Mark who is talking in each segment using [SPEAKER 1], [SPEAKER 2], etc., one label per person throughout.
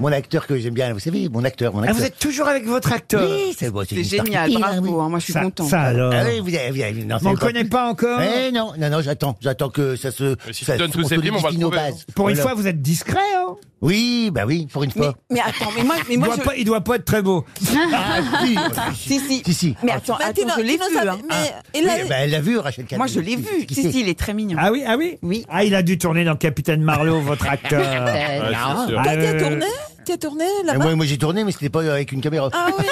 [SPEAKER 1] Mon acteur que j'aime bien, vous savez, mon acteur, mon
[SPEAKER 2] Ah,
[SPEAKER 1] acteur.
[SPEAKER 2] vous êtes toujours avec votre acteur
[SPEAKER 1] Oui, c'est bon,
[SPEAKER 3] C'est génial, bravo, hein, moi je suis
[SPEAKER 2] Ça-
[SPEAKER 3] content.
[SPEAKER 2] Ça alors.
[SPEAKER 1] Ah oui, vous avez, vous avez- non,
[SPEAKER 2] On
[SPEAKER 1] c'est
[SPEAKER 2] ne
[SPEAKER 1] encore-
[SPEAKER 2] connaît pas encore.
[SPEAKER 1] Eh non, non, non, j'attends, j'attends que ça se.
[SPEAKER 4] Mais si tu
[SPEAKER 1] ça-
[SPEAKER 4] donnes tous
[SPEAKER 1] on
[SPEAKER 4] ces
[SPEAKER 1] se
[SPEAKER 4] films, on va
[SPEAKER 1] destine
[SPEAKER 4] le
[SPEAKER 1] aux
[SPEAKER 4] trouver,
[SPEAKER 1] bases.
[SPEAKER 2] Pour une
[SPEAKER 1] Voilà.
[SPEAKER 2] fois, vous êtes discret. Hein
[SPEAKER 1] Oui, bah oui, pour une
[SPEAKER 3] Mais,
[SPEAKER 1] fois.
[SPEAKER 5] Mais attends, mais moi, mais
[SPEAKER 2] il,
[SPEAKER 5] moi
[SPEAKER 2] doit
[SPEAKER 5] je...
[SPEAKER 2] pas, il doit pas être très beau.
[SPEAKER 1] Ah, si, si,
[SPEAKER 5] Si, si.
[SPEAKER 1] si, si.
[SPEAKER 5] Mais
[SPEAKER 1] Ah,
[SPEAKER 5] attends,
[SPEAKER 1] si.
[SPEAKER 5] attends, je l'ai vu. hein.
[SPEAKER 1] Ah,
[SPEAKER 5] Et là,
[SPEAKER 1] oui, bah, elle l'a vu, Rachel Kahn.
[SPEAKER 3] Moi je l'ai
[SPEAKER 1] Qui-
[SPEAKER 3] vu,
[SPEAKER 1] qui
[SPEAKER 3] si,
[SPEAKER 1] c'est
[SPEAKER 3] si, il est très mignon.
[SPEAKER 2] Ah oui, ah oui.
[SPEAKER 3] Oui.
[SPEAKER 2] Ah, il a dû tourner dans Capitaine Marlowe, votre acteur.
[SPEAKER 3] Euh,
[SPEAKER 4] Ouais, c'est sûr.
[SPEAKER 2] Ah,
[SPEAKER 5] toi, t'y as
[SPEAKER 2] euh,
[SPEAKER 5] tourné T'y as tourné
[SPEAKER 1] Ah,
[SPEAKER 5] là-bas
[SPEAKER 1] Moi, moi j'ai tourné, mais c'était pas avec une caméra.
[SPEAKER 5] Ah oui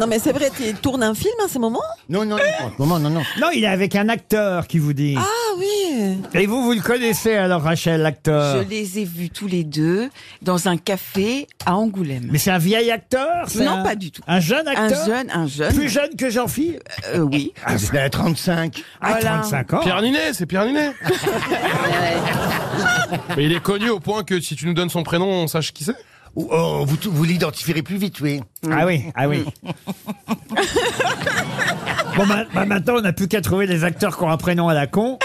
[SPEAKER 5] Non, mais c'est vrai, tu tournes un film à ce moment
[SPEAKER 1] Non, non,
[SPEAKER 3] Ah.
[SPEAKER 1] non, en ce moment, non, non.
[SPEAKER 2] Non, il est avec un acteur qui vous dit.
[SPEAKER 5] Ah oui
[SPEAKER 2] Et vous, vous le connaissez alors, Rachel, l'acteur
[SPEAKER 3] Je les ai vus tous les deux dans un café à Angoulême.
[SPEAKER 2] Mais c'est un vieil acteur c'est
[SPEAKER 3] Non,
[SPEAKER 2] un-
[SPEAKER 3] pas du tout.
[SPEAKER 2] Un jeune
[SPEAKER 3] un
[SPEAKER 2] acteur
[SPEAKER 3] jeune, un jeune.
[SPEAKER 2] Plus jeune que Jean-Philippe
[SPEAKER 3] euh, oui.
[SPEAKER 1] Vous êtes à 35.
[SPEAKER 2] À
[SPEAKER 3] Voilà.
[SPEAKER 2] 35 ans.
[SPEAKER 4] Pierre Ninet, c'est Pierre Ninet. Mais il est connu au point que si tu nous donnes son prénom, on sache qui c'est.
[SPEAKER 1] Ou- Oh, vous, vous l'identifierez plus vite, oui.
[SPEAKER 2] Ah oui, ah oui. bon, bah, bah, maintenant, on n'a plus qu'à trouver les acteurs qui ont un prénom à la con.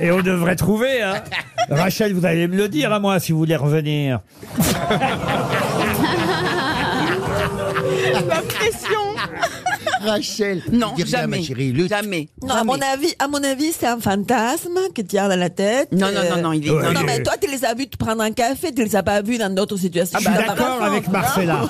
[SPEAKER 2] Et on devrait trouver, hein. Rachel, vous allez me le dire à moi si vous voulez revenir.
[SPEAKER 3] La pression
[SPEAKER 1] Rachel.
[SPEAKER 3] Non,
[SPEAKER 1] dis rien,
[SPEAKER 3] jamais.
[SPEAKER 1] ma chérie. Le-
[SPEAKER 3] Jamais.
[SPEAKER 5] Non, à
[SPEAKER 3] Jamais.
[SPEAKER 5] mon avis, à mon avis, c'est un fantasme que tu as dans la tête.
[SPEAKER 3] Non, non,
[SPEAKER 5] Euh,
[SPEAKER 3] non, non, il est.
[SPEAKER 2] Ouais,
[SPEAKER 3] non,
[SPEAKER 5] Non,
[SPEAKER 3] non.
[SPEAKER 5] mais toi, tu les as vus te prendre un café, tu les as pas vus dans d'autres situations.
[SPEAKER 4] Ah bah,
[SPEAKER 2] Je suis
[SPEAKER 5] Dans la
[SPEAKER 2] Ah bah, d'accord
[SPEAKER 5] maison.
[SPEAKER 2] avec Marcella.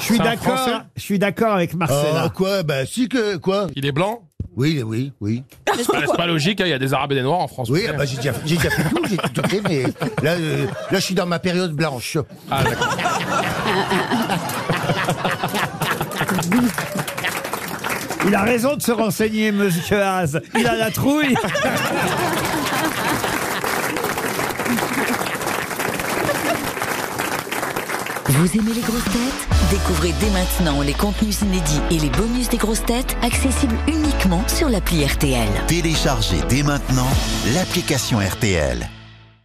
[SPEAKER 2] Je suis
[SPEAKER 4] C'est un
[SPEAKER 2] d'accord.
[SPEAKER 4] Français
[SPEAKER 2] Je suis d'accord avec
[SPEAKER 1] Oh,
[SPEAKER 2] Marcella.
[SPEAKER 1] quoi Bah, si que, quoi
[SPEAKER 4] Il est blanc.
[SPEAKER 1] Oui, oui, oui.
[SPEAKER 5] Mais
[SPEAKER 4] Bah,
[SPEAKER 5] c'est
[SPEAKER 4] C'est
[SPEAKER 5] quoi
[SPEAKER 4] pas logique, hein, il y a des Arabes et des Noirs en France.
[SPEAKER 1] Oui, ah bah, j'ai déjà, j'ai déjà fait tout, j'ai tout fait, mais là, euh, là, je suis dans ma période blanche.
[SPEAKER 4] Ah, d'accord.
[SPEAKER 2] Il a raison de se renseigner, Monsieur Haas. Il a la trouille.
[SPEAKER 6] Vous aimez les grosses têtes Découvrez dès maintenant les contenus inédits et les bonus des grosses têtes accessibles uniquement sur l'appli RTL.
[SPEAKER 7] Téléchargez dès maintenant l'application RTL.